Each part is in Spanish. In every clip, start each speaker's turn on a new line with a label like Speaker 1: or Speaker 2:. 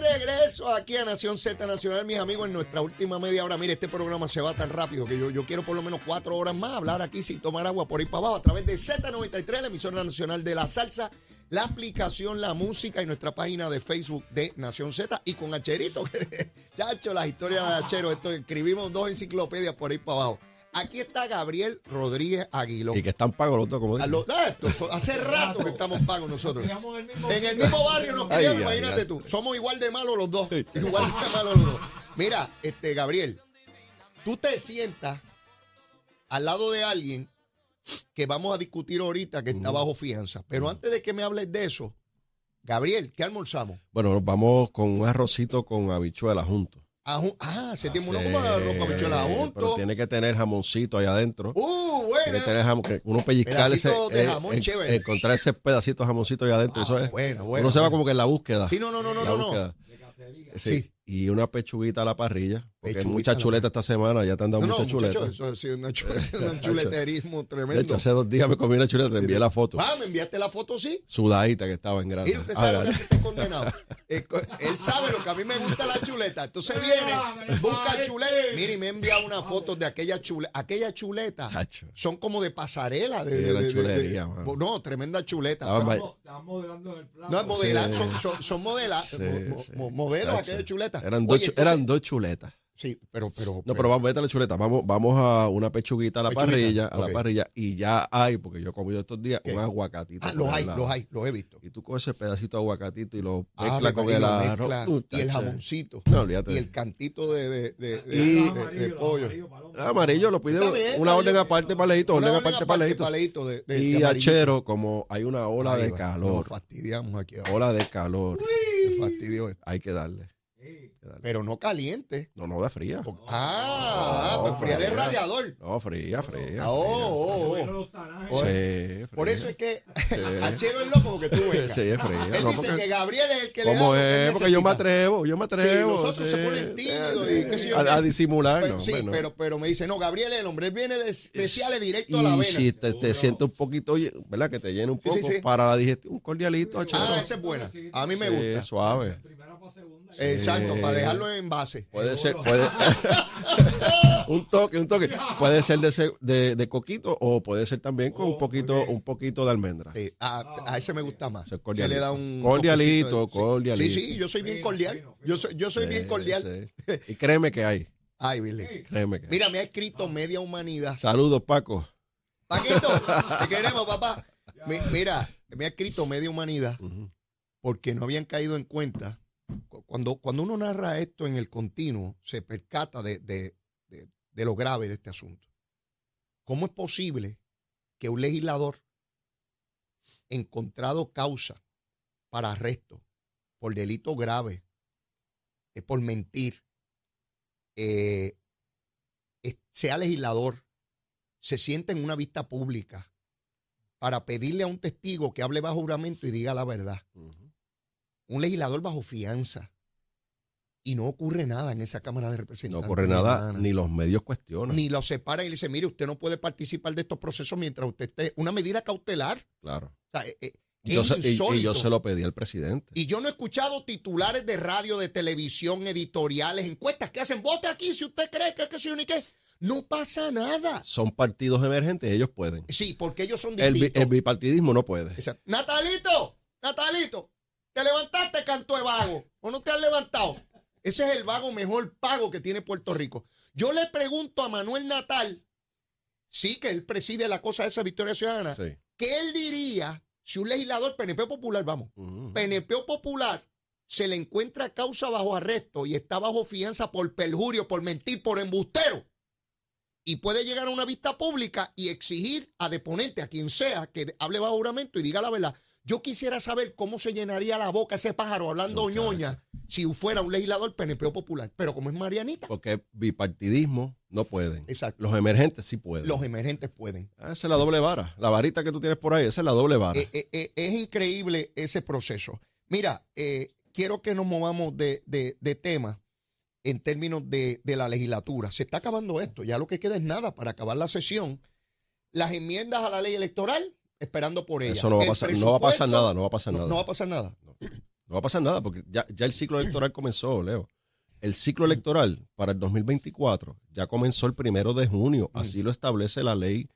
Speaker 1: regreso aquí a Nación Z Nacional, mis amigos, en nuestra última media hora. Mire, este programa se va tan rápido que yo, yo quiero por lo menos cuatro horas más hablar aquí sin tomar agua por ahí para abajo a través de Z93, la emisora nacional de la salsa, la aplicación, la música y nuestra página de Facebook de Nación Z y con Hacherito, que chacho, las historias de Hachero, esto escribimos dos enciclopedias por ahí para abajo. Aquí está Gabriel Rodríguez Aguiló.
Speaker 2: Y que están pagos los dos, como
Speaker 1: A
Speaker 2: dicen.
Speaker 1: lo- ah, esto, hace rato que estamos pagos nosotros.
Speaker 3: Criamos en el mismo-
Speaker 1: En el mismo barrio nos criamos,
Speaker 2: Ay, ay,
Speaker 1: imagínate
Speaker 2: ay.
Speaker 1: tú. Somos igual de malos los dos.
Speaker 2: Sí.
Speaker 1: Igual de malos los dos. Mira, este Gabriel, tú te sientas al lado de alguien que vamos a discutir ahorita que está bajo fianza. Pero antes de que me hables de eso, Gabriel, ¿qué almorzamos?
Speaker 2: Bueno, nos vamos con un arrocito con habichuela juntos.
Speaker 1: Ah, ju- ah, se tiene uno
Speaker 2: Sí,
Speaker 1: como arroz con habichuela
Speaker 2: Pero
Speaker 1: junto.
Speaker 2: tiene que tener jamoncito allá adentro.
Speaker 1: Uh,
Speaker 2: tiene
Speaker 1: buena.
Speaker 2: que tener jamón, que uno pellizcar ese,
Speaker 1: Pedacito de
Speaker 2: eh,
Speaker 1: jamón
Speaker 2: en-
Speaker 1: chévere. Ah,
Speaker 2: encontrar ese pedacito de jamoncito allá adentro. eso es.
Speaker 1: buena, buena,
Speaker 2: uno se va
Speaker 1: buena.
Speaker 2: como que en la búsqueda.
Speaker 1: Sí, no, no, no, no,
Speaker 2: la
Speaker 1: no, no.
Speaker 2: búsqueda. Sí.
Speaker 1: Sí.
Speaker 2: Y una pechuguita a la parrilla. Porque
Speaker 1: Pechuguita a
Speaker 2: muchas
Speaker 1: la
Speaker 2: chuletas esta semana. Ya te han dado
Speaker 1: No, no,
Speaker 2: muchas
Speaker 1: muchacho,
Speaker 2: chuletas.
Speaker 1: eso ha sido una chuleta- un chuleterismo
Speaker 2: De hecho,
Speaker 1: tremendo.
Speaker 2: hace dos días me comí una chuleta. Te envié la foto.
Speaker 1: Ah, me enviaste la foto, sí.
Speaker 2: Sudadita que estaba en grande.
Speaker 1: Mira, usted
Speaker 2: Ah,
Speaker 1: sabe lo que
Speaker 2: dale.
Speaker 1: hace este condenado. Eh, co- Él sabe lo que a mí me gusta la chuleta. Entonces viene, busca chuleta. Mira, y me envía una foto de aquella chuleta. Aquella chuleta
Speaker 2: Chacho.
Speaker 1: son como de pasarela. De,
Speaker 2: Sí,
Speaker 1: de-
Speaker 2: la
Speaker 1: de- de-
Speaker 2: chulería,
Speaker 1: de-
Speaker 2: mano.
Speaker 1: no, tremenda chuleta.
Speaker 2: Estaba ma-
Speaker 3: Estamos- estamos modelando en el plano.
Speaker 1: No, es modelar,
Speaker 2: sí.
Speaker 1: son, son, son modelar,
Speaker 2: sí,
Speaker 1: mo- mo-
Speaker 2: sí.
Speaker 1: mo- modelos
Speaker 2: Chacho.
Speaker 1: aquella chuleta.
Speaker 2: Eran dos,
Speaker 1: Oye,
Speaker 2: chu-
Speaker 1: entonces-
Speaker 2: eran dos chuletas.
Speaker 1: Sí, pero, pero,
Speaker 2: No, pero vamos, vete a la chuleta. Vamos, vamos a una pechuguita a la
Speaker 1: Pechuguita,
Speaker 2: parrilla, a
Speaker 1: ok.
Speaker 2: la parrilla, y ya hay, porque yo he comido estos días,
Speaker 1: ¿Qué?
Speaker 2: un aguacatito.
Speaker 1: Ah,
Speaker 2: por
Speaker 1: los
Speaker 2: el
Speaker 1: hay,
Speaker 2: lado.
Speaker 1: los hay, los he visto.
Speaker 2: Y tú coges ese pedacito de aguacatito y lo
Speaker 1: Ah,
Speaker 2: mezclas
Speaker 1: mi
Speaker 2: con
Speaker 1: marido,
Speaker 2: el arroz.
Speaker 1: mezcla,
Speaker 2: Uh,
Speaker 1: y el
Speaker 2: chacho.
Speaker 1: jamoncito.
Speaker 2: No, olvídate.
Speaker 1: y el cantito de, de, de- de-
Speaker 2: Y-
Speaker 1: de-
Speaker 3: Los
Speaker 1: de- de
Speaker 3: amarillos, los
Speaker 1: eh, pollo.
Speaker 3: amarillos, paloma.
Speaker 2: Ah, Amarillo lo pide
Speaker 1: Está bien, está
Speaker 2: una orden
Speaker 1: bien.
Speaker 2: aparte para lejitos,
Speaker 1: Una
Speaker 2: orden
Speaker 1: orden
Speaker 2: aparte para
Speaker 1: aparte,
Speaker 2: lejitos.
Speaker 1: paleíto de- de- de
Speaker 2: Y
Speaker 1: amarillo.
Speaker 2: achero, como hay una ola
Speaker 1: Ahí
Speaker 2: de
Speaker 1: va,
Speaker 2: calor,
Speaker 1: Nos fastidiamos aquí ahora.
Speaker 2: ola de calor,
Speaker 1: me fastidio esto.
Speaker 2: hay que darle.
Speaker 3: Sí.
Speaker 1: Pero no caliente.
Speaker 2: No, no, de fría.
Speaker 1: porque- ah,
Speaker 2: No,
Speaker 1: pues fría de
Speaker 2: fría.
Speaker 1: radiador.
Speaker 2: No, fría, fría.
Speaker 1: Ah, oh, oh,
Speaker 3: Subieron
Speaker 1: oh.
Speaker 3: los tanajes.
Speaker 2: fría. Sí, fría.
Speaker 1: Por eso es que Achero es loco porque tú vengas.
Speaker 2: Sí, es fría.
Speaker 1: Él
Speaker 2: no,
Speaker 1: dice
Speaker 2: porque-
Speaker 1: que Gabriel es el que le da.
Speaker 2: ¿Cómo
Speaker 1: lo que
Speaker 2: es?
Speaker 1: él
Speaker 2: Porque yo me
Speaker 1: necesita.
Speaker 2: atrevo, yo me atrevo.
Speaker 1: los otros se ponen tímidos y qué sé yo
Speaker 2: A,
Speaker 1: qué.
Speaker 2: a disimular,
Speaker 1: Pero-
Speaker 2: no,
Speaker 1: sí,
Speaker 2: bueno.
Speaker 1: pero, pero me dice, no, Gabriel, el hombre viene de, de Ciales directo a la
Speaker 2: Y
Speaker 1: vena.
Speaker 2: si te, te sientes un poquito, oye, ¿verdad? Que te llene un
Speaker 1: Sí,
Speaker 2: poco
Speaker 1: sí, sí.
Speaker 2: para la digestión, un cordialito, achero.
Speaker 1: ah, esa es buena. A mí me
Speaker 2: Sí,
Speaker 1: gusta.
Speaker 2: suave.
Speaker 3: Primera para segunda.
Speaker 1: Exacto, para dejarlo en base.
Speaker 2: Puede ser, puede. un toque, un toque. Puede ser de, ce- de, de coquito o puede ser también con un poquito, un poquito de almendra.
Speaker 1: Sí, a, a ese me gusta más.
Speaker 2: Ese es
Speaker 1: Se
Speaker 2: cordialito.
Speaker 1: le da un
Speaker 2: Cordialito,
Speaker 1: toquecito de- sí.
Speaker 2: cordialito.
Speaker 1: Sí, sí, yo soy bien
Speaker 3: Fino,
Speaker 1: cordial.
Speaker 3: fino, fino.
Speaker 1: Yo soy, yo soy bien
Speaker 2: Sí,
Speaker 1: cordial.
Speaker 2: sí. Y créeme que hay.
Speaker 1: Ay, Billy.
Speaker 2: Créeme que hay.
Speaker 1: Mira, me ha escrito media humanidad.
Speaker 2: Saludos, Paco.
Speaker 1: Paquito, te queremos, papá. Mi- mira, me ha escrito media humanidad
Speaker 2: Ujú.
Speaker 1: porque no habían caído en cuenta. Cu- Cuando, cuando uno narra esto en el continuo, se percata de, de- de- de lo grave de este asunto. ¿Cómo es posible que un legislador encontrado causa para arresto por delito grave, eh, por mentir, eh, es- sea legislador, se sienta en una vista pública para pedirle a un testigo que hable bajo juramento y diga la verdad? un legislador bajo fianza y no ocurre nada en esa Cámara de
Speaker 2: No
Speaker 1: Representantes.
Speaker 2: ocurre nada,
Speaker 1: hermana.
Speaker 2: ni los medios cuestionan.
Speaker 1: Ni lo separa y le dice, mire, usted no puede participar de estos procesos mientras usted esté. Una medida cautelar.
Speaker 2: Claro.
Speaker 1: O sea, eh, eh,
Speaker 2: Y yo,
Speaker 1: es
Speaker 2: se, y- y yo
Speaker 1: insólito.
Speaker 2: se lo pedí al presidente.
Speaker 1: Y yo no he escuchado titulares de radio, de televisión, editoriales, encuestas que hacen, vote aquí si usted cree que es que soy un y qué". No pasa nada.
Speaker 2: Son partidos emergentes, ellos pueden.
Speaker 1: Sí, porque ellos son
Speaker 2: El, bi-
Speaker 1: distintos.
Speaker 2: el bipartidismo no puede.
Speaker 1: Exacto. Natalito, Natalito, te levantaste, canto de vago. ¿O no te has levantado? Ese es el vago mejor pago que tiene Puerto Rico. Yo le pregunto a Manuel Natal, sí que él preside la cosa de esa Victoria Ciudadana,
Speaker 2: Sí.
Speaker 1: ¿qué él diría si un legislador PNP popular, vamos,
Speaker 2: Ujú.
Speaker 1: PNP popular se le encuentra causa bajo arresto y está bajo fianza por perjurio, por mentir, por embustero. Y puede llegar a una vista pública y exigir a deponente, a quien sea, que hable bajo juramento y diga la verdad. Yo quisiera saber cómo se llenaría la boca ese pájaro hablando
Speaker 2: Muchas
Speaker 1: ñoña si fuera un legislador PNP o popular. Pero como es Marianita,
Speaker 2: Porque bipartidismo no pueden.
Speaker 1: Exacto.
Speaker 2: Los emergentes sí pueden.
Speaker 1: los emergentes pueden.
Speaker 2: Ah, esa es la doble vara. La varita que tú tienes por ahí, esa es la doble vara.
Speaker 1: Eh, eh, eh, es increíble ese proceso. Mira, eh, quiero que nos movamos de, de- de tema en términos de, de la legislatura. Se está acabando esto, ya lo que queda es nada para acabar la sesión. Las enmiendas a la ley electoral, esperando por ella.
Speaker 2: Eso no va a
Speaker 1: eh, El
Speaker 2: pasar, no va a pasar
Speaker 1: presupuesto,
Speaker 2: nada, no va a pasar
Speaker 1: No,
Speaker 2: nada.
Speaker 1: no va a pasar nada.
Speaker 2: No va a pasar nada porque ya, ya el ciclo electoral comenzó, Leo. El ciclo electoral para el 2024 ya comenzó el primero de junio.
Speaker 1: Mm.
Speaker 2: Así lo establece la ley,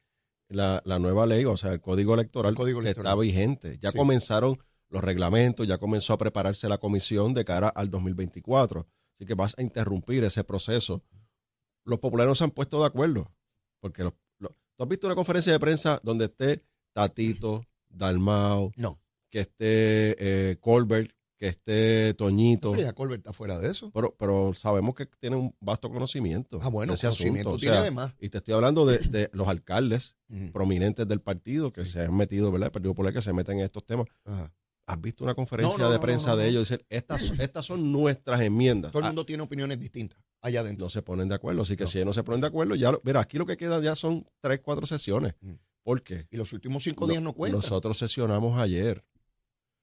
Speaker 2: la, la nueva ley, o sea, el código electoral,
Speaker 1: El código
Speaker 2: que
Speaker 1: electoral.
Speaker 2: está vigente. Ya
Speaker 1: Sí.
Speaker 2: comenzaron los reglamentos, ya comenzó a prepararse la comisión de cara al 2024. Así que vas a interrumpir ese proceso. Los populares no se han puesto de acuerdo. Porque los- los- tú has visto una conferencia de prensa donde esté Tatito, Dalmao,
Speaker 1: No.
Speaker 2: que esté eh, Colbert, que esté Toñito.
Speaker 1: Pero ya Colbert está fuera de eso.
Speaker 2: Pero, pero sabemos que tiene un vasto conocimiento.
Speaker 1: Ah, bueno,
Speaker 2: de ese
Speaker 1: conocimiento
Speaker 2: asunto. O
Speaker 1: tiene
Speaker 2: sea, mm.
Speaker 1: además.
Speaker 2: y te estoy hablando de, de los alcaldes prominentes del partido que se han metido, ¿verdad? El Partido Popular que se meten en estos temas.
Speaker 1: Ajá.
Speaker 2: ¿Has visto una conferencia
Speaker 1: No, no,
Speaker 2: de
Speaker 1: no,
Speaker 2: prensa
Speaker 1: no, no,
Speaker 2: de
Speaker 1: no.
Speaker 2: ellos? Dicen, estas, estas son nuestras enmiendas.
Speaker 1: Todo el
Speaker 2: Ah,
Speaker 1: mundo tiene opiniones distintas allá adentro.
Speaker 2: no se ponen de acuerdo. Así que
Speaker 1: No.
Speaker 2: si no se ponen de acuerdo, ya, lo- mira, aquí lo que queda ya son tres, cuatro sesiones.
Speaker 1: Mm.
Speaker 2: ¿Por qué?
Speaker 1: Y los últimos cinco días no cuentan.
Speaker 2: Nosotros sesionamos ayer.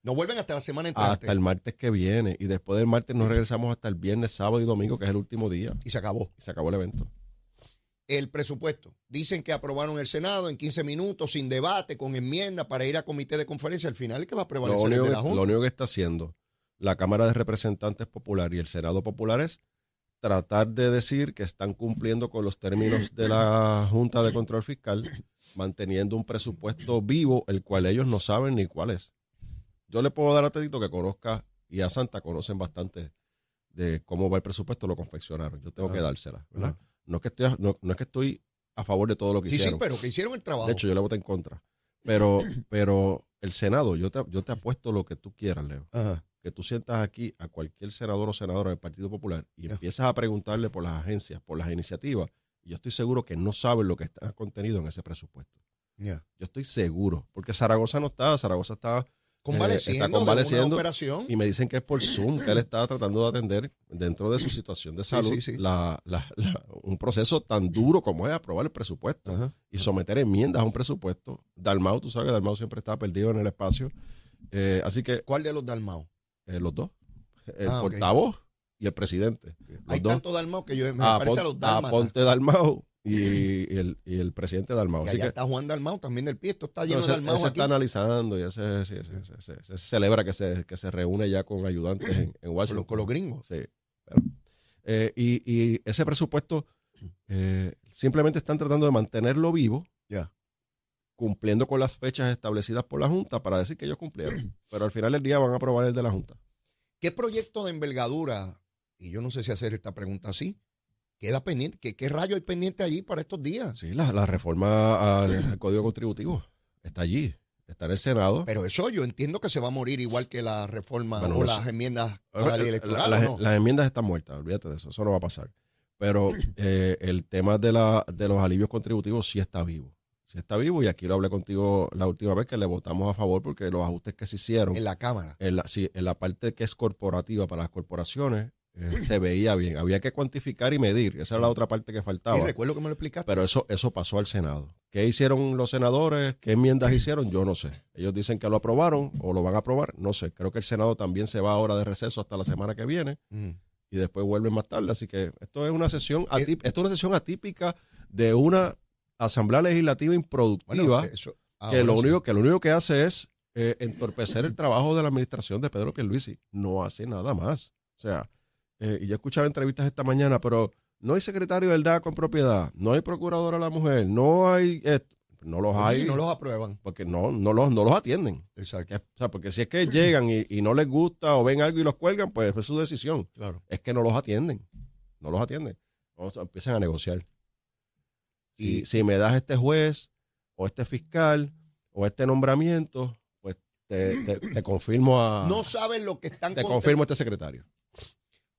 Speaker 1: No vuelven hasta la semana entrante.
Speaker 2: hasta el martes que viene. Y después del martes nos regresamos hasta el viernes, sábado y domingo, que es el último día.
Speaker 1: Y se acabó.
Speaker 2: Y se acabó el evento.
Speaker 1: El presupuesto. Dicen que aprobaron el Senado en 15 minutos, sin debate, con enmienda para ir a comité de conferencia. Al final, ¿qué va a
Speaker 2: Lo
Speaker 1: prevalecer? el
Speaker 2: único,
Speaker 1: de
Speaker 2: que,
Speaker 1: la Junta.
Speaker 2: lo único que está haciendo la Cámara de Representantes Popular y el Senado Popular es tratar de decir que están cumpliendo con los términos de la Junta de Control Fiscal, manteniendo un presupuesto vivo, el cual ellos no saben ni cuál es. Yo le puedo dar a Tedito que conozca y a Santa conocen bastante de cómo va el presupuesto, lo confeccionaron. Yo tengo
Speaker 1: Ajá.
Speaker 2: que dársela, ¿verdad?
Speaker 1: Ajá.
Speaker 2: No, es que estoy, a- no, no es que estoy a favor de todo lo que
Speaker 1: Sí, sí,
Speaker 2: hicieron.
Speaker 1: pero que hicieron el trabajo.
Speaker 2: De hecho, yo le voté en contra. Pero, pero el Senado, yo te, yo te apuesto lo que tú quieras, Leo.
Speaker 1: Ajá.
Speaker 2: Que tú sientas aquí a cualquier senador o senadora del Partido Popular y
Speaker 1: Ya.
Speaker 2: empiezas a preguntarle por las agencias, por las iniciativas. Yo estoy seguro que no saben lo que está contenido en ese presupuesto.
Speaker 1: Ya.
Speaker 2: Yo estoy seguro. Porque Zaragoza no está, Zaragoza está.
Speaker 1: Convaleciendo,
Speaker 2: Eh, está convaleciendo
Speaker 1: de una operación.
Speaker 2: Y me dicen que es por Zoom que él está tratando de atender dentro de su situación de salud
Speaker 1: sí, sí.
Speaker 2: la- la- la- un proceso tan duro como es aprobar el presupuesto
Speaker 1: Ajá.
Speaker 2: y someter enmiendas a un presupuesto. Dalmau, tú sabes que Dalmau siempre está perdido en el espacio. Eh, así que
Speaker 1: ¿Cuál de los dalmaos?
Speaker 2: eh, los dos, el
Speaker 1: Ah, ok.
Speaker 2: portavoz y el presidente. Los
Speaker 1: Hay
Speaker 2: dos. Ah,
Speaker 1: tanto dalmao que yo me
Speaker 2: A
Speaker 1: parece a
Speaker 2: Pon-
Speaker 1: los
Speaker 2: a
Speaker 1: dalmas.
Speaker 2: Ponte Dalmau y el, y el presidente Dalmau.
Speaker 1: Y
Speaker 2: Así
Speaker 1: allá
Speaker 2: que
Speaker 1: está Juan Dalmau también del pie. Esto está
Speaker 2: pero
Speaker 1: lleno
Speaker 2: se,
Speaker 1: de dalmaos
Speaker 2: se
Speaker 1: aquí.
Speaker 2: está analizando y ese, sí, ese- ese- ese- ese celebra que se, que se reúne ya con ayudantes en, en
Speaker 1: Con los,
Speaker 2: Washington.
Speaker 1: con los gringos.
Speaker 2: Sí. pero, eh, y, y ese presupuesto eh, simplemente están tratando de mantenerlo vivo,
Speaker 1: Ya.
Speaker 2: cumpliendo con las fechas establecidas por la Junta para decir que ellos cumplieron. Pero al final del día van a aprobar el de la Junta.
Speaker 1: ¿Qué proyecto de envergadura, y yo no sé si hacer esta pregunta así, queda pendiente? ¿Qué, qué rayo hay pendiente allí para estos días?
Speaker 2: Sí, la, la reforma al, al Código Contributivo está allí, está en el Senado.
Speaker 1: Pero eso yo entiendo que se va a morir igual que la reforma
Speaker 2: Bueno, pues,
Speaker 1: o
Speaker 2: eh, no
Speaker 1: las
Speaker 2: sé.
Speaker 1: enmiendas a la ley electoral,
Speaker 2: Las-
Speaker 1: ¿o no?
Speaker 2: Las enmiendas están muertas, olvídate de eso, eso no va a pasar. Pero eh, el tema de, la, de los alivios contributivos sí está vivo. Sí está vivo y aquí lo hablé contigo la última vez que le votamos a favor porque los ajustes que se hicieron
Speaker 1: en la Cámara.
Speaker 2: en la, sí, en la parte que es corporativa para las corporaciones eh, se veía bien. Había que cuantificar y medir. Esa era la otra parte que faltaba.
Speaker 1: Y recuerdo que me lo explicaste.
Speaker 2: Pero eso, eso pasó al Senado. ¿Qué hicieron los senadores? ¿Qué enmiendas hicieron? Yo no sé. Ellos dicen que lo aprobaron o lo van a aprobar. No sé. Creo que el Senado también se va ahora de receso hasta la semana que viene
Speaker 1: Mm.
Speaker 2: y después vuelve más tarde. Así que esto es una sesión, atip- esto es una sesión atípica de una asamblea legislativa improductiva
Speaker 1: Bueno, eso,
Speaker 2: que
Speaker 1: ahora
Speaker 2: lo
Speaker 1: Ah, sí.
Speaker 2: único que lo único que hace es eh, entorpecer el trabajo de la administración de Pedro Pierluisi. No hace nada más. O sea, eh, y yo escuchaba entrevistas esta mañana, pero no hay secretario del DAC con propiedad, no hay procuradora de la mujer, no hay eh, no los
Speaker 1: Porque si
Speaker 2: hay
Speaker 1: no los aprueban.
Speaker 2: porque no no los no los atienden.
Speaker 1: Exacto.
Speaker 2: Que- O sea, porque si es que llegan y, y no les gusta o ven algo y los cuelgan, pues es su decisión.
Speaker 1: Claro.
Speaker 2: Es que no los atienden. No los atienden. O sea, empiezan a negociar. Si,
Speaker 1: Y-
Speaker 2: si me das este juez, o este fiscal, o este nombramiento, pues te, te- te confirmo a.
Speaker 1: No saben lo que están
Speaker 2: ah. te
Speaker 1: contemplando.
Speaker 2: confirmo a este secretario.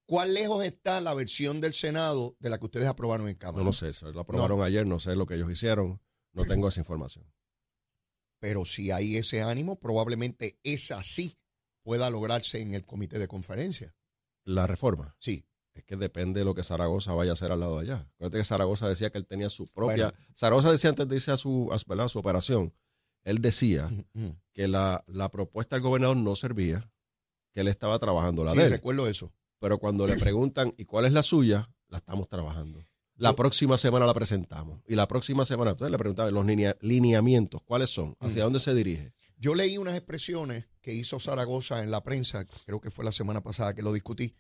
Speaker 1: ¿Cuán lejos está la versión del Senado de la que ustedes aprobaron en Cámara?
Speaker 2: No lo sé, eso lo aprobaron ayer, no sé lo que ellos hicieron, no tengo esa información.
Speaker 1: Pero si hay ese ánimo, probablemente esa sí pueda lograrse en el comité de conferencia.
Speaker 2: La reforma
Speaker 1: Sí.
Speaker 2: es que depende de lo que Zaragoza vaya a hacer al lado de allá. Acuérdate que Zaragoza decía que él tenía su propia. Zaragoza decía antes de irse a su, a, su- ¿verdad? a su operación, él decía
Speaker 1: Mm.
Speaker 2: que la, la propuesta del gobernador no servía, que él estaba trabajando la
Speaker 1: Sí,
Speaker 2: de él.
Speaker 1: recuerdo eso.
Speaker 2: pero cuando le preguntan ¿y cuál es la suya? La estamos trabajando. La
Speaker 1: Yo-
Speaker 2: próxima semana la presentamos. Y la próxima semana, entonces le preguntaban los linea- lineamientos, ¿cuáles son? ¿Hacia dónde se dirige?
Speaker 1: Yo leí unas expresiones que hizo Zaragoza en la prensa, creo que fue la semana pasada que lo discutí,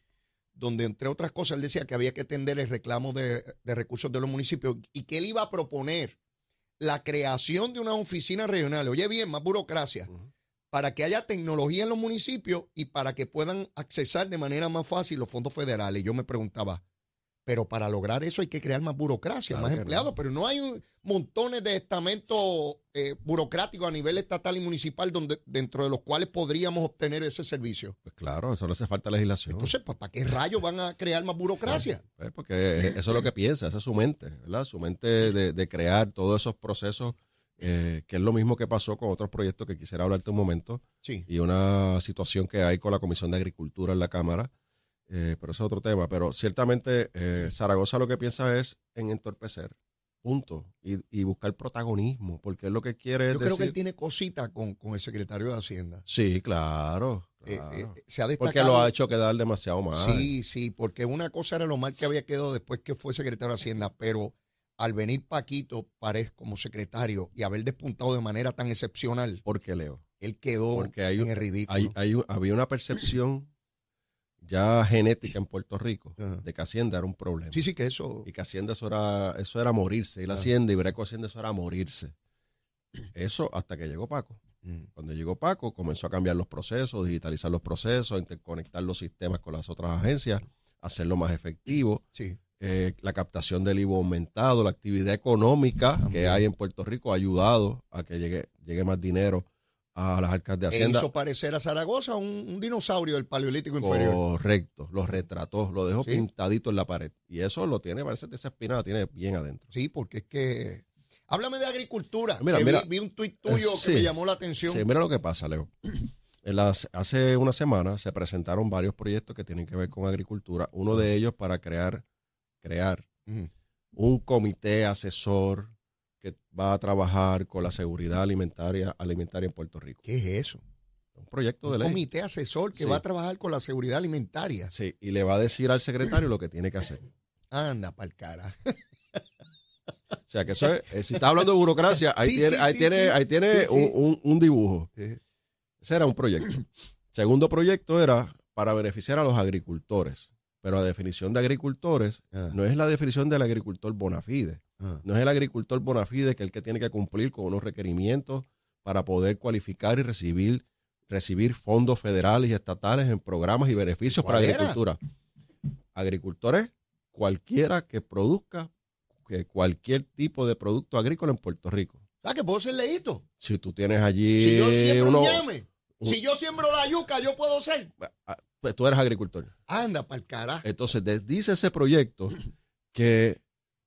Speaker 1: donde entre otras cosas él decía que había que atender el reclamo de, de recursos de los municipios y que él iba a proponer la creación de una oficina regional, oye bien, más burocracia,
Speaker 2: Ujú.
Speaker 1: para que haya tecnología en los municipios y para que puedan accesar de manera más fácil los fondos federales. Yo me preguntaba, pero para lograr eso hay que crear más burocracia,
Speaker 2: Claro
Speaker 1: más
Speaker 2: que no.
Speaker 1: empleados, pero no hay un- montones de estamentos eh, burocráticos a nivel estatal y municipal donde, dentro de los cuales podríamos obtener ese servicio.
Speaker 2: Pues claro, eso no hace falta legislación.
Speaker 1: Entonces, ¿pa- ¿para qué rayos van a crear más burocracia?
Speaker 2: Pues, porque eso es lo que piensa, esa es su mente, ¿verdad? Su mente de, de crear todos esos procesos, eh, que es lo mismo que pasó con otros proyectos que quisiera hablarte un momento,
Speaker 1: Sí.
Speaker 2: y una situación que hay con la Comisión de Agricultura en la Cámara, eh, pero eso es otro tema. Pero ciertamente eh, Zaragoza lo que piensa es en entorpecer, punto, y, y buscar protagonismo, porque es lo que quiere
Speaker 1: Yo
Speaker 2: decir.
Speaker 1: creo que él tiene cosita con, con el secretario de Hacienda.
Speaker 2: Sí, claro.
Speaker 1: Eh,
Speaker 2: claro.
Speaker 1: eh, se ha destacado.
Speaker 2: porque lo ha hecho quedar demasiado mal.
Speaker 1: Sí, sí, porque una cosa era lo mal que había quedado después que fue secretario de Hacienda, pero al venir Paquito Párez como secretario y haber despuntado de manera tan excepcional,
Speaker 2: Porque Leo.
Speaker 1: él quedó
Speaker 2: Porque hay
Speaker 1: en
Speaker 2: un-
Speaker 1: el ridículo.
Speaker 2: Hay, hay un- había una percepción ya genética en Puerto Rico
Speaker 1: Ajá.
Speaker 2: de que Hacienda era un problema.
Speaker 1: sí, sí, que eso.
Speaker 2: Y que Hacienda eso era, eso era morirse. Y la
Speaker 1: Ajá.
Speaker 2: Hacienda y Breco Hacienda eso era morirse. Eso hasta que llegó Paco.
Speaker 1: Mm.
Speaker 2: Cuando llegó Paco comenzó a cambiar los procesos, digitalizar los procesos, interconectar los sistemas con las otras agencias, hacerlo más efectivo.
Speaker 1: Sí,
Speaker 2: eh, la captación del IVA aumentado, la actividad económica
Speaker 1: También.
Speaker 2: que hay en Puerto Rico ha ayudado a que llegue, llegue más dinero a las arcas de
Speaker 1: e
Speaker 2: Hacienda.
Speaker 1: hizo parecer a Zaragoza un, un dinosaurio del paleolítico inferior.
Speaker 2: Correcto, lo retrató, lo dejó
Speaker 1: Sí.
Speaker 2: pintadito en la pared. Y eso lo tiene, parece que esa espina la tiene bien adentro.
Speaker 1: Sí, porque es que. Háblame de agricultura.
Speaker 2: Mira,
Speaker 1: que
Speaker 2: mira.
Speaker 1: vi, vi un tuit tuyo
Speaker 2: Sí.
Speaker 1: que me llamó la atención.
Speaker 2: Sí, mira lo que pasa, Leo. En las- hace una semana se presentaron varios proyectos que tienen que ver con agricultura. Uno de ellos para crear, crear
Speaker 1: Mm.
Speaker 2: un comité asesor que va a trabajar con la seguridad alimentaria, alimentaria en Puerto Rico.
Speaker 1: ¿Qué es eso?
Speaker 2: Un proyecto de
Speaker 1: Un
Speaker 2: ley.
Speaker 1: comité asesor que
Speaker 2: Sí.
Speaker 1: va a trabajar con la seguridad alimentaria.
Speaker 2: Sí, y le va a decir al secretario lo que tiene que hacer.
Speaker 1: Anda, pa'l cara.
Speaker 2: O sea, que eso es, eh, si está hablando de burocracia, ahí
Speaker 1: Sí,
Speaker 2: tiene,
Speaker 1: sí,
Speaker 2: ahí
Speaker 1: sí,
Speaker 2: tiene,
Speaker 1: sí.
Speaker 2: ahí tiene
Speaker 1: Sí, sí.
Speaker 2: Un, un- un dibujo.
Speaker 1: Sí.
Speaker 2: Ese era un proyecto. Segundo proyecto era para beneficiar a los agricultores. Pero la definición de agricultores
Speaker 1: Ah,
Speaker 2: no es la definición del agricultor bona fide.
Speaker 1: ah.
Speaker 2: No es el agricultor bona fide que es el que tiene que cumplir con unos requerimientos para poder cualificar y recibir, recibir fondos federales y estatales en programas y beneficios para
Speaker 1: ¿Cuál era?
Speaker 2: agricultura. Agricultores, cualquiera que produzca que cualquier tipo de producto agrícola en Puerto Rico.
Speaker 1: Ah, que puedo ser leíto.
Speaker 2: Si tú tienes allí
Speaker 1: Si yo siembro
Speaker 2: Eh, uno-
Speaker 1: un ñame,
Speaker 2: un-
Speaker 1: si yo siembro la yuca, yo puedo ser.
Speaker 2: pues tú eres agricultor.
Speaker 1: Anda, pa'l cara.
Speaker 2: Entonces, de- dice ese proyecto que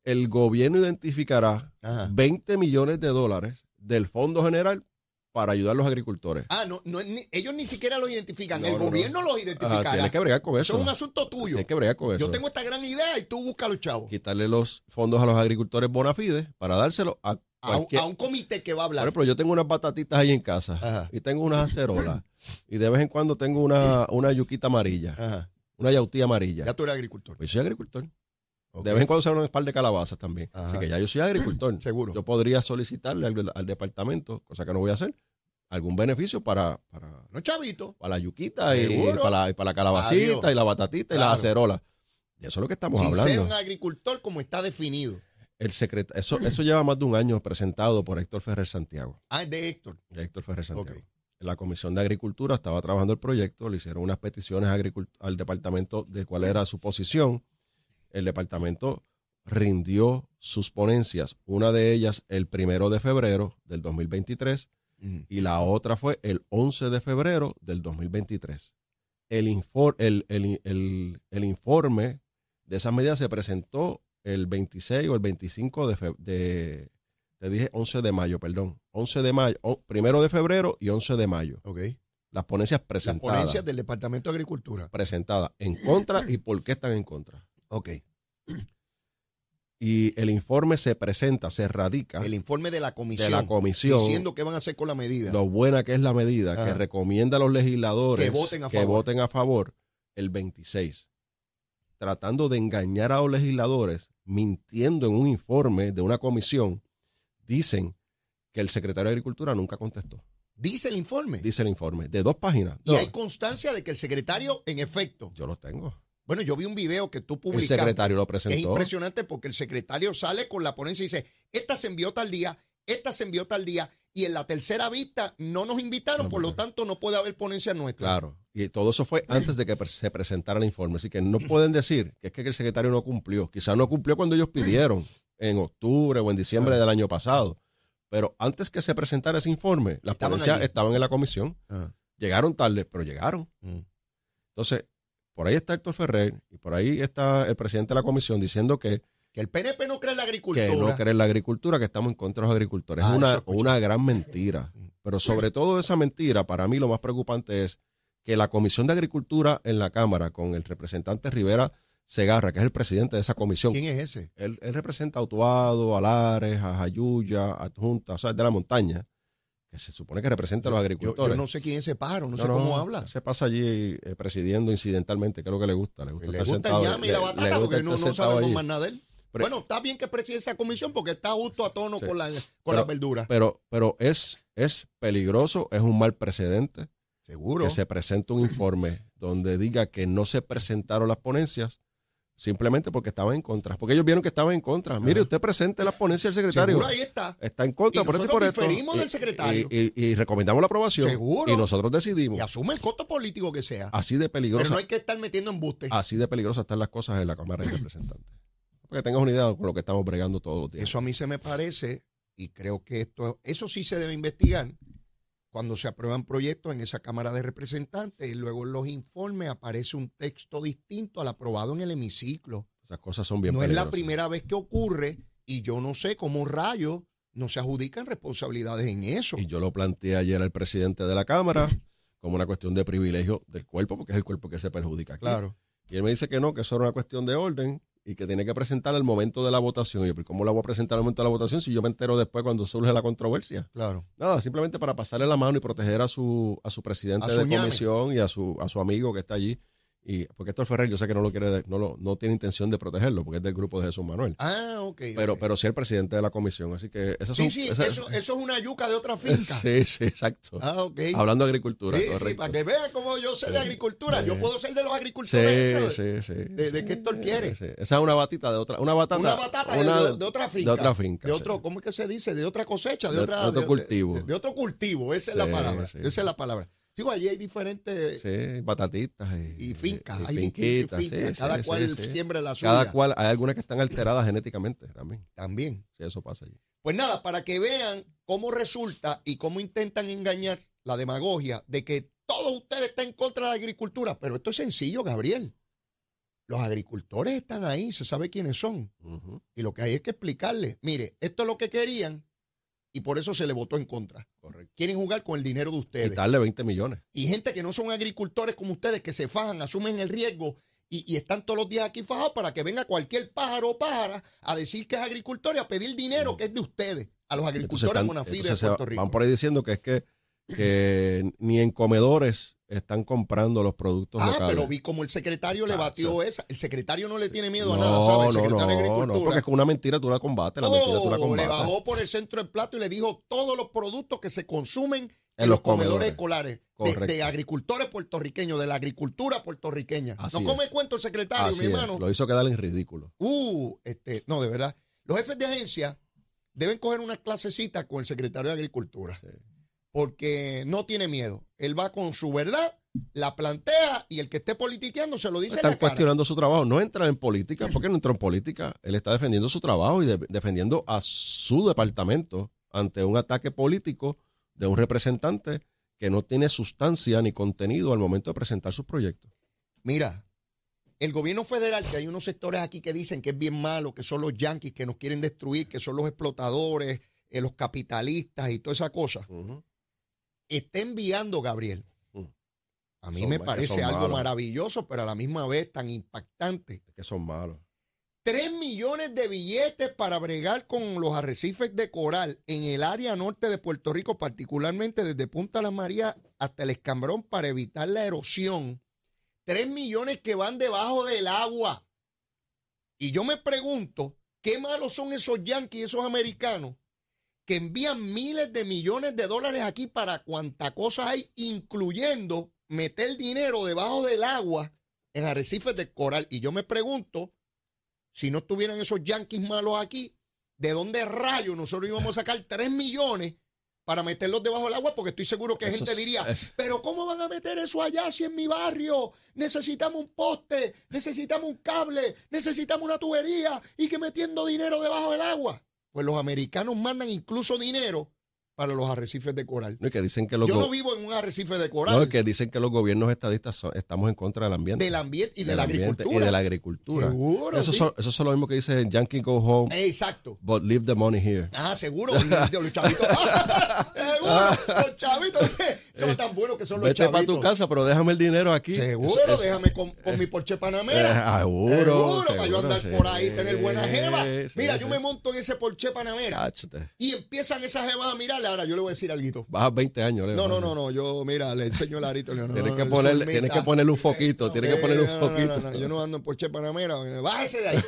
Speaker 2: el gobierno identificará
Speaker 1: Ajá.
Speaker 2: 20 millones de dólares del Fondo General para ayudar a los agricultores.
Speaker 1: Ah, no, no, es ni- ellos ni siquiera lo identifican.
Speaker 2: No,
Speaker 1: el
Speaker 2: no, no.
Speaker 1: gobierno los
Speaker 2: Ah,
Speaker 1: identificará.
Speaker 2: tienes que bregar con
Speaker 1: eso
Speaker 2: eso.
Speaker 1: es un asunto tuyo.
Speaker 2: Tienes que bregar con eso.
Speaker 1: Yo tengo esta gran idea y tú busca a los chavos.
Speaker 2: Quitarle los fondos a los agricultores bona fide para dárselos a
Speaker 1: A un,
Speaker 2: cualquier...
Speaker 1: a un comité que va a
Speaker 2: Por
Speaker 1: hablar.
Speaker 2: ejemplo, yo tengo unas batatitas ahí en casa
Speaker 1: Ajá.
Speaker 2: y tengo unas acerolas y de vez en cuando tengo una, una yuquita amarilla,
Speaker 1: Ajá.
Speaker 2: una yautía amarilla.
Speaker 1: Ya tú eres agricultor.
Speaker 2: Pues soy agricultor.
Speaker 1: Ok.
Speaker 2: De vez en cuando se abren un par de calabazas también.
Speaker 1: Ajá.
Speaker 2: Así que ya yo soy agricultor.
Speaker 1: Seguro.
Speaker 2: Yo podría solicitarle al, al departamento, cosa que no voy a hacer, algún beneficio para, para,
Speaker 1: no, chavito.
Speaker 2: para la yuquita y,
Speaker 1: Seguro.
Speaker 2: para, la- y para la calabacita
Speaker 1: Adiós.
Speaker 2: y la batatita y
Speaker 1: Claro.
Speaker 2: la acerola. De eso es lo que estamos
Speaker 1: Sin ser
Speaker 2: hablando.
Speaker 1: un agricultor como está definido.
Speaker 2: El secreta- eso, eso lleva más de un año presentado por Héctor Ferrer Santiago.
Speaker 1: Ah, es de Héctor.
Speaker 2: de Héctor Ferrer Santiago.
Speaker 1: Ok.
Speaker 2: La Comisión de Agricultura estaba trabajando el proyecto, le hicieron unas peticiones a agricult- al departamento de cuál era su posición. El departamento rindió sus ponencias, una de ellas el primero de febrero del 2023 y la otra fue el 11 de febrero del 2023. El, infor- el, el- el- el informe de esas medidas se presentó el 26 o el 25 de, fe- de te dije 11 de mayo, perdón, 11 de mayo, o- primero de febrero y 11 de mayo.
Speaker 1: Ok.
Speaker 2: Las ponencias
Speaker 1: Las
Speaker 2: presentadas,
Speaker 1: ponencias del Departamento de Agricultura.
Speaker 2: presentadas en contra y por qué están en contra.
Speaker 1: Ok.
Speaker 2: Y el informe se presenta, se radica
Speaker 1: El informe de la
Speaker 2: de
Speaker 1: comisión.
Speaker 2: la comisión
Speaker 1: diciendo qué van a hacer con la medida.
Speaker 2: lo buena que es la medida
Speaker 1: Ajá.
Speaker 2: que recomienda a los legisladores
Speaker 1: Que voten a
Speaker 2: que
Speaker 1: favor.
Speaker 2: voten a favor el 26, tratando de engañar a los legisladores, mintiendo en un informe de una comisión, dicen que el secretario de Agricultura nunca contestó.
Speaker 1: Dice el informe.
Speaker 2: dice el informe, de dos páginas.
Speaker 1: Y
Speaker 2: No,
Speaker 1: hay constancia de que el secretario, en efecto.
Speaker 2: yo los tengo.
Speaker 1: Bueno, yo vi un video que tú
Speaker 2: El
Speaker 1: publicaste.
Speaker 2: secretario lo
Speaker 1: que es
Speaker 2: presentó.
Speaker 1: impresionante porque el secretario sale con la ponencia y dice: Esta se envió tal día, esta se envió tal día, y en la tercera vista no nos invitaron,
Speaker 2: No,
Speaker 1: por lo
Speaker 2: porque-
Speaker 1: tanto no puede haber ponencia nuestra.
Speaker 2: Claro. Y todo eso fue antes de que pre- se presentara el informe. Así que no
Speaker 1: Mm.
Speaker 2: pueden decir que es que el secretario no cumplió. Quizás no cumplió cuando ellos pidieron, en octubre o en diciembre
Speaker 1: Claro.
Speaker 2: del año pasado. Pero antes que se presentara ese informe, las
Speaker 1: Estaban
Speaker 2: ponencias
Speaker 1: allí.
Speaker 2: estaban en la comisión.
Speaker 1: Ah.
Speaker 2: Llegaron tarde, pero llegaron.
Speaker 1: Mm.
Speaker 2: Entonces, por ahí está Héctor Ferrer y por ahí está el presidente de la comisión diciendo que,
Speaker 1: Que el PNP no cree en la agricultura.
Speaker 2: que no cree en la agricultura, que estamos en contra de los agricultores.
Speaker 1: Ah, eso
Speaker 2: es una,
Speaker 1: escuché.
Speaker 2: una gran mentira. Pero sobre todo esa mentira, para mí lo más preocupante es que la Comisión de Agricultura en la Cámara, con el representante Rivera Segarra, que es el presidente de esa comisión,
Speaker 1: ¿Quién es ese?
Speaker 2: él, él representa a Utuado, a Lares, a Jayuya, a Junta, o sea, de la montaña, que se supone que representa a los
Speaker 1: Yo- Yo,
Speaker 2: agricultores.
Speaker 1: no sé quién es ese pájaro, no,
Speaker 2: No,
Speaker 1: sé cómo
Speaker 2: no,
Speaker 1: habla.
Speaker 2: Se pasa allí eh, presidiendo incidentalmente, que es lo que le gusta. Le gusta,
Speaker 1: Le
Speaker 2: estar
Speaker 1: gusta
Speaker 2: sentado,
Speaker 1: el llame y la
Speaker 2: le- le
Speaker 1: batata
Speaker 2: gusta
Speaker 1: porque no,
Speaker 2: estar
Speaker 1: no
Speaker 2: sentado
Speaker 1: sabemos
Speaker 2: allí.
Speaker 1: más nada de él.
Speaker 2: Pero-
Speaker 1: bueno, está bien que preside esa comisión porque está justo a tono
Speaker 2: Sí.
Speaker 1: con, la, con
Speaker 2: Pero-
Speaker 1: las verduras.
Speaker 2: Pero, pero es, es peligroso, es un mal precedente.
Speaker 1: Seguro.
Speaker 2: que se presente un informe donde diga que no se presentaron las ponencias simplemente porque estaban en contra. Porque ellos vieron que estaban en contra. Mire, usted presente las ponencias del secretario.
Speaker 1: Seguro ahí está.
Speaker 2: Está en contra
Speaker 1: Y
Speaker 2: por esto y
Speaker 1: nosotros
Speaker 2: por esto.
Speaker 1: diferimos
Speaker 2: Y-
Speaker 1: del secretario.
Speaker 2: Y, y- y recomendamos la aprobación.
Speaker 1: Seguro.
Speaker 2: Y nosotros decidimos.
Speaker 1: Y asume el costo político que sea.
Speaker 2: Así de
Speaker 1: Pero
Speaker 2: peligrosa,
Speaker 1: no hay que estar metiendo embustes.
Speaker 2: así de peligrosas están las cosas en la Cámara de Representantes. Para que tengas una idea con lo que estamos bregando todos los días.
Speaker 1: Eso a mí se me parece, y creo que esto, eso sí se debe investigar cuando se aprueban proyectos en esa Cámara de Representantes y luego en los informes aparece un texto distinto al aprobado en el hemiciclo.
Speaker 2: Esas cosas son bien
Speaker 1: no es
Speaker 2: peligrosas.
Speaker 1: la primera vez que ocurre y yo no sé cómo rayos no se adjudican responsabilidades en eso.
Speaker 2: Y yo lo planteé ayer al presidente de la Cámara como una cuestión de privilegio del cuerpo, porque es el cuerpo que se perjudica. aquí. Y él me dice que no, que eso era una cuestión de orden y que tiene que presentar al momento de la votación. Y yo, "¿Pero ¿cómo la voy a presentar al momento de la votación si yo me entero después cuando surge la controversia?
Speaker 1: claro.
Speaker 2: Nada, simplemente para pasarle la mano y proteger a su, a su presidente
Speaker 1: A su
Speaker 2: de
Speaker 1: ñame.
Speaker 2: comisión y a su, a su amigo que está allí. Y, porque Héctor Ferrer yo sé que no lo quiere, de- no, lo- no tiene intención de protegerlo, porque es del grupo de Jesús Manuel.
Speaker 1: Ah, ok.
Speaker 2: Pero,
Speaker 1: ok.
Speaker 2: pero sí el presidente de la comisión. Así que esas
Speaker 1: sí,
Speaker 2: son-
Speaker 1: sí,
Speaker 2: esas-
Speaker 1: eso, eso es una yuca de otra finca.
Speaker 2: Sí, sí, exacto.
Speaker 1: Ah, ok.
Speaker 2: Hablando de agricultura.
Speaker 1: sí, sí,
Speaker 2: correcto.
Speaker 1: para que vean cómo yo sé de
Speaker 2: Sí,
Speaker 1: agricultura.
Speaker 2: sí.
Speaker 1: Yo puedo ser de los
Speaker 2: Sí,
Speaker 1: agricultores. esos.
Speaker 2: sí, sí.
Speaker 1: de- de qué Héctor quiere.
Speaker 2: sí. Esa es una batita de otra, una batata,
Speaker 1: una batata de-
Speaker 2: una-
Speaker 1: de, de otra finca.
Speaker 2: de otra finca,
Speaker 1: De
Speaker 2: sí.
Speaker 1: otro, ¿cómo es que se dice? De otra cosecha, de,
Speaker 2: De-
Speaker 1: otra,
Speaker 2: de otro cultivo.
Speaker 1: De, de otro cultivo, esa es la
Speaker 2: Sí,
Speaker 1: palabra.
Speaker 2: sí.
Speaker 1: Esa es la palabra. Digo, allí hay diferentes
Speaker 2: Sí, batatitas y,
Speaker 1: y fincas,
Speaker 2: y
Speaker 1: hay distintas
Speaker 2: finquitas,
Speaker 1: fincas.
Speaker 2: sí,
Speaker 1: cada
Speaker 2: sí,
Speaker 1: cual
Speaker 2: sí, sí.
Speaker 1: siembra la suya.
Speaker 2: Cada cual, hay algunas que están alteradas genéticamente también.
Speaker 1: También.
Speaker 2: Sí, eso pasa allí.
Speaker 1: Pues nada, para que vean cómo resulta y cómo intentan engañar la demagogia de que todos ustedes están en contra de la agricultura. Pero esto es sencillo, Gabriel. Los agricultores están ahí, se sabe quiénes son.
Speaker 2: Ujú.
Speaker 1: Y lo que hay es que explicarles, mire, esto es lo que querían y por eso se le votó en contra.
Speaker 2: Correcto.
Speaker 1: Quieren jugar con el dinero de ustedes.
Speaker 2: Quitarle 20 millones.
Speaker 1: Y gente que no son agricultores como ustedes, que se fajan, asumen el riesgo y, y están todos los días aquí fajados para que venga cualquier pájaro o pájara a decir que es agricultor y a pedir dinero que es de ustedes, a los
Speaker 2: Mm. Entonces
Speaker 1: agricultores
Speaker 2: están-
Speaker 1: monafide de
Speaker 2: entonces se
Speaker 1: Puerto
Speaker 2: va-
Speaker 1: Rico.
Speaker 2: Van por ahí diciendo que es que, que ni en comedores están comprando los productos
Speaker 1: Ah,
Speaker 2: locales.
Speaker 1: pero vi como el secretario le
Speaker 2: Chacho.
Speaker 1: batió esa. El secretario no le tiene miedo a
Speaker 2: no,
Speaker 1: nada, ¿sabe? El
Speaker 2: no, no,
Speaker 1: secretario de
Speaker 2: no,
Speaker 1: Agricultura.
Speaker 2: porque es que una mentira tú la combates, la mentira tú
Speaker 1: Oh,
Speaker 2: la
Speaker 1: le
Speaker 2: combates.
Speaker 1: bajó por el centro del plato y le dijo todos los productos que se consumen en,
Speaker 2: En
Speaker 1: los
Speaker 2: los
Speaker 1: comedores
Speaker 2: comedores.
Speaker 1: escolares de- de,
Speaker 2: Correcto.
Speaker 1: agricultores puertorriqueños, de la agricultura puertorriqueña.
Speaker 2: Así
Speaker 1: no
Speaker 2: es.
Speaker 1: come cuento el secretario,
Speaker 2: Así
Speaker 1: mi
Speaker 2: es,
Speaker 1: hermano.
Speaker 2: Lo hizo quedar en ridículo.
Speaker 1: Uh, este, no, de verdad. Los jefes de agencia deben coger unas clasecitas con el secretario de Agricultura
Speaker 2: Sí.
Speaker 1: porque no tiene miedo. Él va con su verdad, la plantea y el que esté politiqueando se lo dice en
Speaker 2: Están
Speaker 1: la cara.
Speaker 2: cuestionando su trabajo. No entra en política. ¿Por qué no entró en política? Él está defendiendo su trabajo y de- defendiendo a su departamento ante un ataque político de un representante que no tiene sustancia ni contenido al momento de presentar sus proyectos.
Speaker 1: Mira, el gobierno federal, que hay unos sectores aquí que dicen que es bien malo, que son los yanquis que nos quieren destruir, que son los explotadores, eh, los capitalistas y toda esa cosa, está enviando, Gabriel.
Speaker 2: Mm.
Speaker 1: A mí
Speaker 2: Son
Speaker 1: me
Speaker 2: ma- que
Speaker 1: parece
Speaker 2: son
Speaker 1: algo
Speaker 2: malos.
Speaker 1: maravilloso, pero a la misma vez tan impactante.
Speaker 2: Es que son malos.
Speaker 1: 3 millones de billetes para bregar con los arrecifes de coral en el área norte de Puerto Rico, particularmente desde Punta Las Marías hasta el Escambrón para evitar la erosión. 3 millones que van debajo del agua. Y yo me pregunto, ¿qué malos son esos yanquis, esos americanos, que envían miles de millones de dólares aquí para cuanta cosa hay, incluyendo meter dinero debajo del agua en arrecifes de coral. Y yo me pregunto, si no estuvieran esos yanquis malos aquí, ¿de dónde rayos nosotros íbamos a sacar 3 millones para meterlos debajo del agua? Porque estoy seguro que
Speaker 2: Eso
Speaker 1: gente
Speaker 2: es-
Speaker 1: diría,
Speaker 2: es-
Speaker 1: pero ¿cómo van a meter eso allá si en mi barrio necesitamos un poste, necesitamos un cable, necesitamos una tubería y que metiendo dinero debajo del agua? Pues los americanos mandan incluso dinero para los arrecifes de coral.
Speaker 2: no, y que dicen que los
Speaker 1: Yo
Speaker 2: go-
Speaker 1: no vivo en un arrecife de coral,
Speaker 2: no, y que dicen que los gobiernos estadistas son- estamos en contra del ambiente.
Speaker 1: del ambiente y de
Speaker 2: Del
Speaker 1: la
Speaker 2: ambiente
Speaker 1: agricultura.
Speaker 2: Y de la agricultura.
Speaker 1: Seguro,
Speaker 2: eso,
Speaker 1: sí.
Speaker 2: son- eso son lo mismo que dice Yankee Go Home,
Speaker 1: Exacto.
Speaker 2: but leave the money here.
Speaker 1: Ah, seguro, los los chavitos. Seguro, los chavitos. Son tan buenos que son los
Speaker 2: Eh, Vete para
Speaker 1: chavitos.
Speaker 2: tu casa, pero déjame el dinero aquí.
Speaker 1: Seguro,
Speaker 2: Eso- eso-
Speaker 1: déjame con, con mi Porsche Panamera.
Speaker 2: Eh, seguro,
Speaker 1: para yo
Speaker 2: seguro,
Speaker 1: andar
Speaker 2: sí.
Speaker 1: por ahí y tener buena jeva.
Speaker 2: Sí,
Speaker 1: Mira,
Speaker 2: sí.
Speaker 1: yo me monto en ese Porsche Panamera
Speaker 2: Cacho, te-
Speaker 1: y empiezan esas jevas a mirarle. Ahora, yo le voy a decir algo.
Speaker 2: Bajas 20 años, Leo.
Speaker 1: No, no, no, no, yo, mira, le enseño el arito. le digo, no,
Speaker 2: Tienes
Speaker 1: no,
Speaker 2: que
Speaker 1: no,
Speaker 2: ponerle,
Speaker 1: son
Speaker 2: tienes
Speaker 1: metas.
Speaker 2: que ponerle un foquito, tienes que ponerle
Speaker 1: Eh,
Speaker 2: un
Speaker 1: no, no, no,
Speaker 2: foquito.
Speaker 1: no, yo no ando en Porsche Panamera. eh, Bájese de ahí.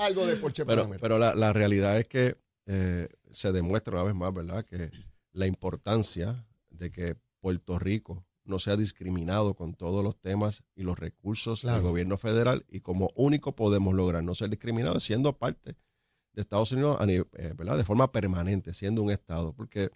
Speaker 1: Algo de Porsche
Speaker 2: Pero,
Speaker 1: Panamera.
Speaker 2: pero la, la realidad es que eh, se demuestra una vez más, ¿verdad?, que la importancia de que Puerto Rico no sea discriminado con todos los temas y los recursos
Speaker 1: Claro.
Speaker 2: del gobierno federal y como único podemos lograr no ser discriminados siendo parte de Estados Unidos, a nivel, eh, ¿verdad?, de forma permanente, siendo un Estado, porque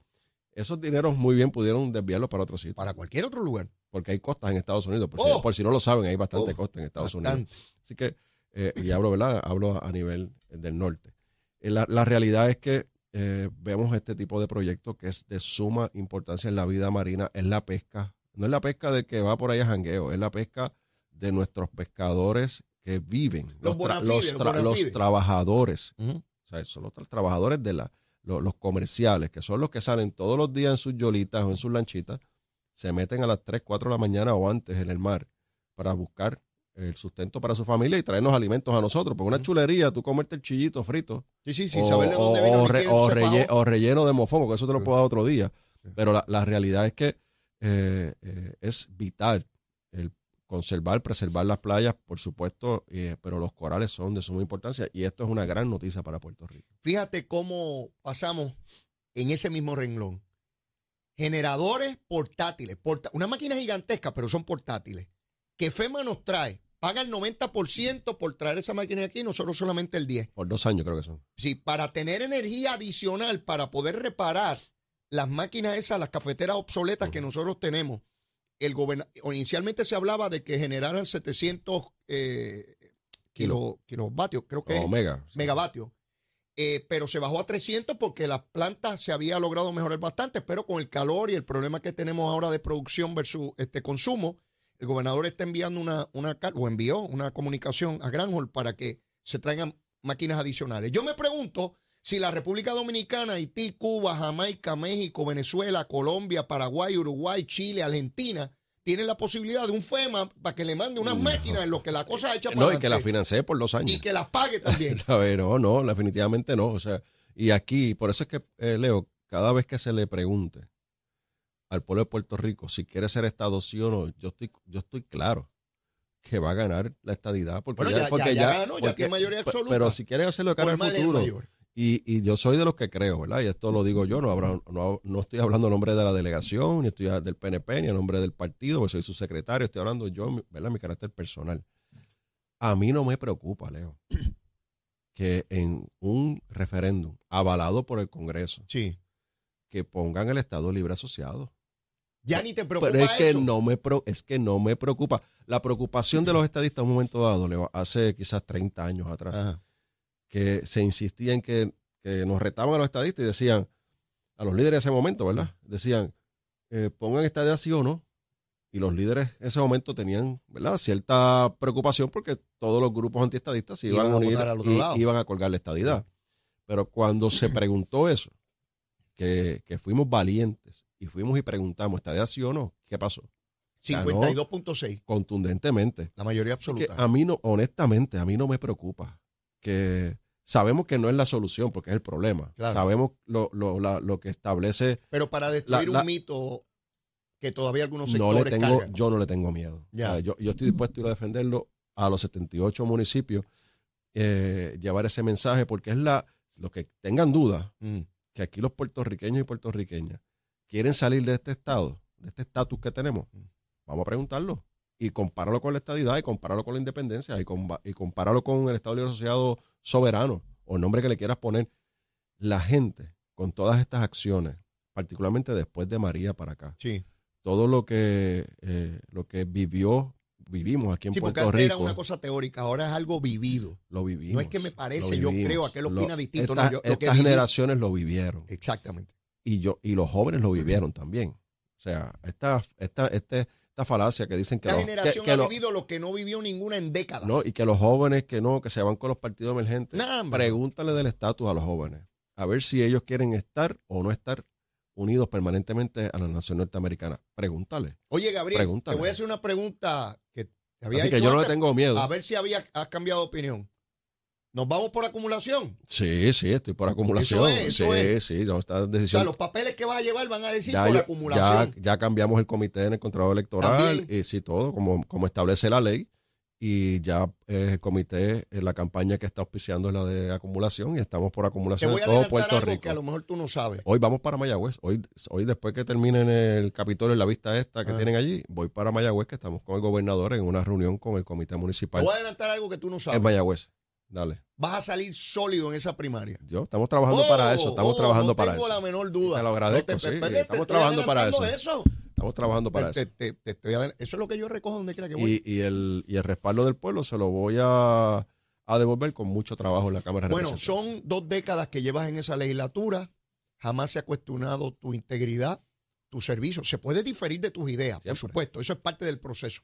Speaker 2: esos dineros muy bien pudieron desviarlos para otro sitio,
Speaker 1: Para cualquier otro lugar.
Speaker 2: porque hay costas en Estados Unidos, por,
Speaker 1: Oh.
Speaker 2: si, por si no lo saben, hay bastante
Speaker 1: Oh,
Speaker 2: costa en Estados Unidos.
Speaker 1: Bastante.
Speaker 2: Así que, eh, y hablo, ¿verdad? Hablo a nivel del norte. Eh, La, la realidad es que eh, vemos este tipo de proyectos que es de suma importancia en la vida marina, es la pesca. No es la pesca de que va por ahí a jangueo, es la pesca de nuestros pescadores que viven,
Speaker 1: Los
Speaker 2: tra-
Speaker 1: bonafides, los
Speaker 2: tra- los
Speaker 1: bonafides.
Speaker 2: trabajadores,
Speaker 1: Ujú.
Speaker 2: o sea, son los tra- trabajadores de la, lo- los comerciales, que son los que salen todos los días en sus yolitas o en sus lanchitas, se meten a las 3, 4 de la mañana o antes en el mar para buscar el sustento para su familia y traernos alimentos a nosotros. Porque una chulería, tú comerte el chillito frito
Speaker 1: Sí, sí, sin
Speaker 2: o,
Speaker 1: saber de dónde
Speaker 2: o-
Speaker 1: vino
Speaker 2: o
Speaker 1: ni
Speaker 2: re-
Speaker 1: quién
Speaker 2: o
Speaker 1: se
Speaker 2: relle-
Speaker 1: fajó.
Speaker 2: o relleno de mofongo, que eso te lo
Speaker 1: Sí.
Speaker 2: puedo dar otro día.
Speaker 1: Sí.
Speaker 2: Pero la, la realidad es que eh, eh, es vital el conservar, preservar las playas, por supuesto, eh, pero los corales son de suma importancia y esto es una gran noticia para Puerto Rico.
Speaker 1: Fíjate cómo pasamos en ese mismo renglón. Generadores portátiles, porta- una máquina gigantesca, pero son portátiles, que FEMA nos trae, paga el 90% por traer esa máquina aquí, nosotros solamente el 10%.
Speaker 2: Por dos años creo que son.
Speaker 1: Sí, para tener energía adicional, para poder reparar las máquinas esas, las cafeteras obsoletas que nosotros tenemos, el goberna- o inicialmente se hablaba de que generaran 700 eh, kilo- kilovatios, creo que es.
Speaker 2: O Omega. sí.
Speaker 1: megavatios. Eh, pero se bajó a 300 porque las plantas se había logrado mejorar bastante, pero con el calor y el problema que tenemos ahora de producción versus este consumo, el gobernador está enviando una, una car- o envió una comunicación a Granholm para que se traigan máquinas adicionales. Yo me pregunto si la República Dominicana, Haití, Cuba, Jamaica, México, Venezuela, Colombia, Paraguay, Uruguay, Chile, Argentina tienen la posibilidad de un FEMA para que le mande unas máquinas en lo que la cosa hecha para
Speaker 2: Eh, No, y que la
Speaker 1: adelante
Speaker 2: financié por dos años.
Speaker 1: y que las pague también.
Speaker 2: ¿Sabe? No, no, definitivamente no. O sea, y aquí, por eso es que, eh, Leo, cada vez que se le pregunte al pueblo de Puerto Rico si quiere ser Estado sí o no, yo estoy, yo estoy claro que va a ganar la estadidad. Porque
Speaker 1: Bueno,
Speaker 2: ya,
Speaker 1: ya-
Speaker 2: porque
Speaker 1: ya- ya ganó, ya tiene mayoría
Speaker 2: pe-
Speaker 1: absoluta.
Speaker 2: Pero si quieren hacerlo de cara al
Speaker 1: Por mal el
Speaker 2: futuro,
Speaker 1: mayor.
Speaker 2: y, y yo soy de los que creo, ¿verdad? Y esto lo digo yo, no, habrá- no, no estoy hablando en nombre de la delegación, ni estoy a- del PNP, ni en nombre del partido, porque soy su secretario, estoy hablando yo, mi- ¿verdad? Mi carácter personal. A mí no me preocupa, Leo, que en un referéndum avalado por el Congreso,
Speaker 1: Sí.
Speaker 2: que pongan el Estado Libre Asociado.
Speaker 1: Ya ni te preocupa
Speaker 2: Pero es que,
Speaker 1: eso.
Speaker 2: no me, pro- es que no me preocupa. La preocupación de los estadistas en un momento dado, Leo, hace quizás 30 años atrás,
Speaker 1: Ajá.
Speaker 2: que se insistía en que, que nos retaban a los estadistas y decían, a los líderes en ese momento, ¿verdad? Decían, eh, pongan estadía sí o no. Y los líderes en ese momento tenían, ¿verdad? Cierta preocupación porque todos los grupos antiestadistas se iban,
Speaker 1: Iban a
Speaker 2: a unir
Speaker 1: votar al otro
Speaker 2: y
Speaker 1: lado.
Speaker 2: iban a colgar la estadidad. Pero cuando se preguntó eso, que, que fuimos valientes y fuimos y preguntamos, ¿estadía sí o no? ¿Qué pasó?
Speaker 1: 52.6,
Speaker 2: Contundentemente
Speaker 1: la mayoría
Speaker 2: que ah,
Speaker 1: absoluta.
Speaker 2: a mí no, honestamente, a mí no me preocupa que sabemos que no es la solución porque es el problema.
Speaker 1: Claro.
Speaker 2: Sabemos lo, lo- la- lo que establece.
Speaker 1: Pero para destruir
Speaker 2: la- la-
Speaker 1: un mito que todavía algunos
Speaker 2: No le
Speaker 1: sectores
Speaker 2: tengo,
Speaker 1: cargan.
Speaker 2: yo no le tengo miedo.
Speaker 1: Ya.
Speaker 2: O sea, yo, yo estoy dispuesto a ir a defenderlo a los 78 municipios, eh, llevar ese mensaje porque es la los que tengan dudas
Speaker 1: Mm.
Speaker 2: que aquí los puertorriqueños y puertorriqueñas quieren salir de este estado, de este estatus que tenemos,
Speaker 1: Mm.
Speaker 2: vamos a preguntarlo. Y compáralo con la estadidad, y compáralo con la independencia, y, comba- y compáralo con el Estado Libre Asociado Soberano, o el nombre que le quieras poner. La gente, con todas estas acciones, particularmente después de María para acá,
Speaker 1: Sí.
Speaker 2: todo lo que, eh, lo que vivió, vivimos aquí en
Speaker 1: Sí, porque
Speaker 2: Puerto
Speaker 1: antes era
Speaker 2: Rico,
Speaker 1: una cosa teórica, ahora es algo vivido.
Speaker 2: lo vivimos.
Speaker 1: No es que me parece, yo creo, aquel
Speaker 2: Lo-
Speaker 1: opina distinto, no,
Speaker 2: Estas,
Speaker 1: yo- lo que
Speaker 2: estas
Speaker 1: viví-
Speaker 2: generaciones lo vivieron
Speaker 1: Exactamente.
Speaker 2: y yo y los jóvenes lo vivieron también. O sea, esta esta este- esta falacia que dicen que
Speaker 1: La
Speaker 2: los- que-
Speaker 1: generación
Speaker 2: que
Speaker 1: ha
Speaker 2: los-
Speaker 1: vivido lo que no vivió ninguna en décadas.
Speaker 2: no, y que los jóvenes que no que se van con los partidos emergentes.
Speaker 1: Nah, hombre.
Speaker 2: Pregúntale del estatus a los jóvenes, a ver si ellos quieren estar o no estar unidos permanentemente a la nación norteamericana. Pregúntale.
Speaker 1: Oye, Gabriel,
Speaker 2: Pregúntale.
Speaker 1: te voy a hacer una pregunta que te había
Speaker 2: Así que
Speaker 1: hecho
Speaker 2: yo no le
Speaker 1: antes,
Speaker 2: tengo miedo.
Speaker 1: A ver si había, has cambiado de opinión. ¿Nos vamos por acumulación?
Speaker 2: Sí, sí, estoy por acumulación.
Speaker 1: Eso es, eso
Speaker 2: sí,
Speaker 1: es.
Speaker 2: sí, no, esta
Speaker 1: O sea,
Speaker 2: decisión.
Speaker 1: los papeles que vas a llevar van a decir
Speaker 2: ya,
Speaker 1: por
Speaker 2: yo-
Speaker 1: acumulación.
Speaker 2: ya- ya cambiamos el comité en el contrato electoral,
Speaker 1: También.
Speaker 2: y sí, todo, como, como establece la ley. Y ya eh, el comité, eh, la campaña que está auspiciando es la de acumulación, y estamos por
Speaker 1: te
Speaker 2: acumulación
Speaker 1: voy
Speaker 2: en
Speaker 1: a
Speaker 2: todo
Speaker 1: adelantar
Speaker 2: Puerto
Speaker 1: algo que a
Speaker 2: Rico.
Speaker 1: lo mejor tú no sabes.
Speaker 2: Hoy vamos para Mayagüez. Hoy, hoy después que terminen el Capitolio, la vista esta que
Speaker 1: Ah.
Speaker 2: tienen allí, voy para Mayagüez, que estamos con el gobernador en una reunión con el
Speaker 1: Te
Speaker 2: comité municipal
Speaker 1: voy a adelantar algo que tú no
Speaker 2: en
Speaker 1: sabes.
Speaker 2: Mayagüez. Dale.
Speaker 1: Vas a salir sólido en esa primaria.
Speaker 2: Yo, estamos trabajando para eso, estamos
Speaker 1: oh,
Speaker 2: trabajando
Speaker 1: no
Speaker 2: para
Speaker 1: tengo
Speaker 2: eso.
Speaker 1: la menor duda.
Speaker 2: Te lo agradezco,
Speaker 1: No te-
Speaker 2: sí,
Speaker 1: espérate, te
Speaker 2: estamos
Speaker 1: estoy
Speaker 2: trabajando para
Speaker 1: adelantando
Speaker 2: Estamos trabajando para
Speaker 1: Te-
Speaker 2: eso.
Speaker 1: te- te- te estoy adel- eso es lo que yo recojo donde quiera que voy.
Speaker 2: Y, y el, y el respaldo del pueblo se lo voy a, a devolver con mucho trabajo en la Cámara de
Speaker 1: Bueno,
Speaker 2: Representantes.
Speaker 1: son dos décadas que llevas en esa legislatura. Jamás se ha cuestionado tu integridad, tu servicio. Se puede diferir de tus ideas, por
Speaker 2: Siempre.
Speaker 1: supuesto. Eso es parte del proceso.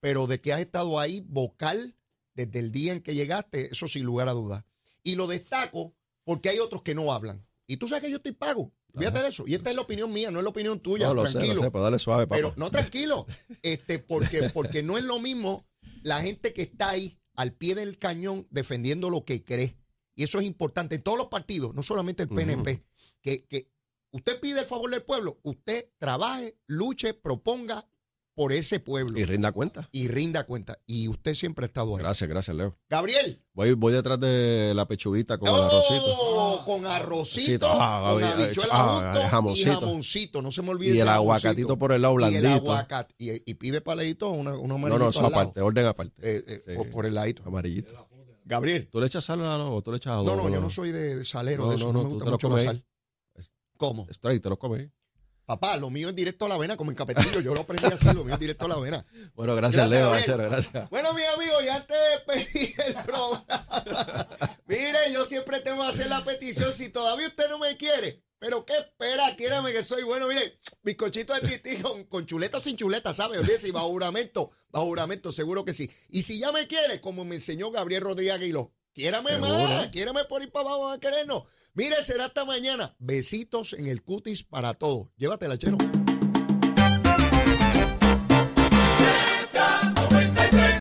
Speaker 1: Pero de que has estado ahí vocal desde el día en que llegaste, eso sin lugar a dudas. Y lo destaco porque hay otros que no hablan. Y tú sabes que yo estoy pago. Fíjate de eso. Y esta es la opinión mía, no es la opinión tuya.
Speaker 2: No, lo sé,
Speaker 1: tranquilo.
Speaker 2: lo sé, pero dale suave, papá.
Speaker 1: Pero no tranquilo, este, porque, porque no es lo mismo la gente que está ahí al pie del cañón defendiendo lo que cree. Y eso es importante en todos los partidos, no solamente el PNP. que, que usted pide el favor del pueblo, usted trabaje, luche, proponga por ese pueblo
Speaker 2: Y
Speaker 1: y,
Speaker 2: rinda cuenta.
Speaker 1: rinda cuenta. Y usted siempre ha estado ahí.
Speaker 2: Gracias, gracias, Leo.
Speaker 1: Gabriel,
Speaker 2: Voy, voy detrás de la pechuguita con el
Speaker 1: ¡Oh!
Speaker 2: arrocito.
Speaker 1: con arrocito,
Speaker 2: Cito, ah,
Speaker 1: con
Speaker 2: había-
Speaker 1: habichuela
Speaker 2: ah,
Speaker 1: junto
Speaker 2: jamoncito.
Speaker 1: y jamoncito. No se me olvide
Speaker 2: Y
Speaker 1: ese
Speaker 2: el
Speaker 1: jamoncito.
Speaker 2: aguacatito por el lado
Speaker 1: Y el
Speaker 2: blandito.
Speaker 1: aguacate. Y, y pide paladito una, una
Speaker 2: No, no, eso aparte, orden aparte.
Speaker 1: eh, eh,
Speaker 2: Sí.
Speaker 1: por, por el ladito.
Speaker 2: Amarillito.
Speaker 1: Gabriel.
Speaker 2: ¿Tú le echas sal a o tú le echas
Speaker 1: No,
Speaker 2: adobo?
Speaker 1: no, yo no soy de, de salero
Speaker 2: No,
Speaker 1: de eso. No,
Speaker 2: no, no,
Speaker 1: me
Speaker 2: tú
Speaker 1: gusta
Speaker 2: te lo
Speaker 1: mucho la
Speaker 2: comes.
Speaker 1: sal. ¿Cómo?
Speaker 2: Straight, te lo comes.
Speaker 1: Papá, lo mío es directo a la vena, como en capetillo. Yo lo aprendí así, lo mío es directo a la vena.
Speaker 2: Bueno, gracias, Leo.
Speaker 1: Gabriel.
Speaker 2: Gracias, gracias.
Speaker 1: Bueno, mis amigos, ya te pedí el programa. Mire, yo siempre tengo que hacer la petición. Si todavía usted no me quiere, pero qué espera, quiérame que soy bueno. Mire, bizcochito de tití con, con chuleta o sin chuleta, ¿sabe? Olvídese, y bajo juramento, bajo juramento, seguro que sí. Y si ya me quiere, como me enseñó Gabriel Rodríguez Aguiló, quiérame más,
Speaker 2: Seguro.
Speaker 1: quiérame por ir para abajo, van a querernos. Mire, será hasta mañana. Besitos en el cutis para todos. Llévatela, chero.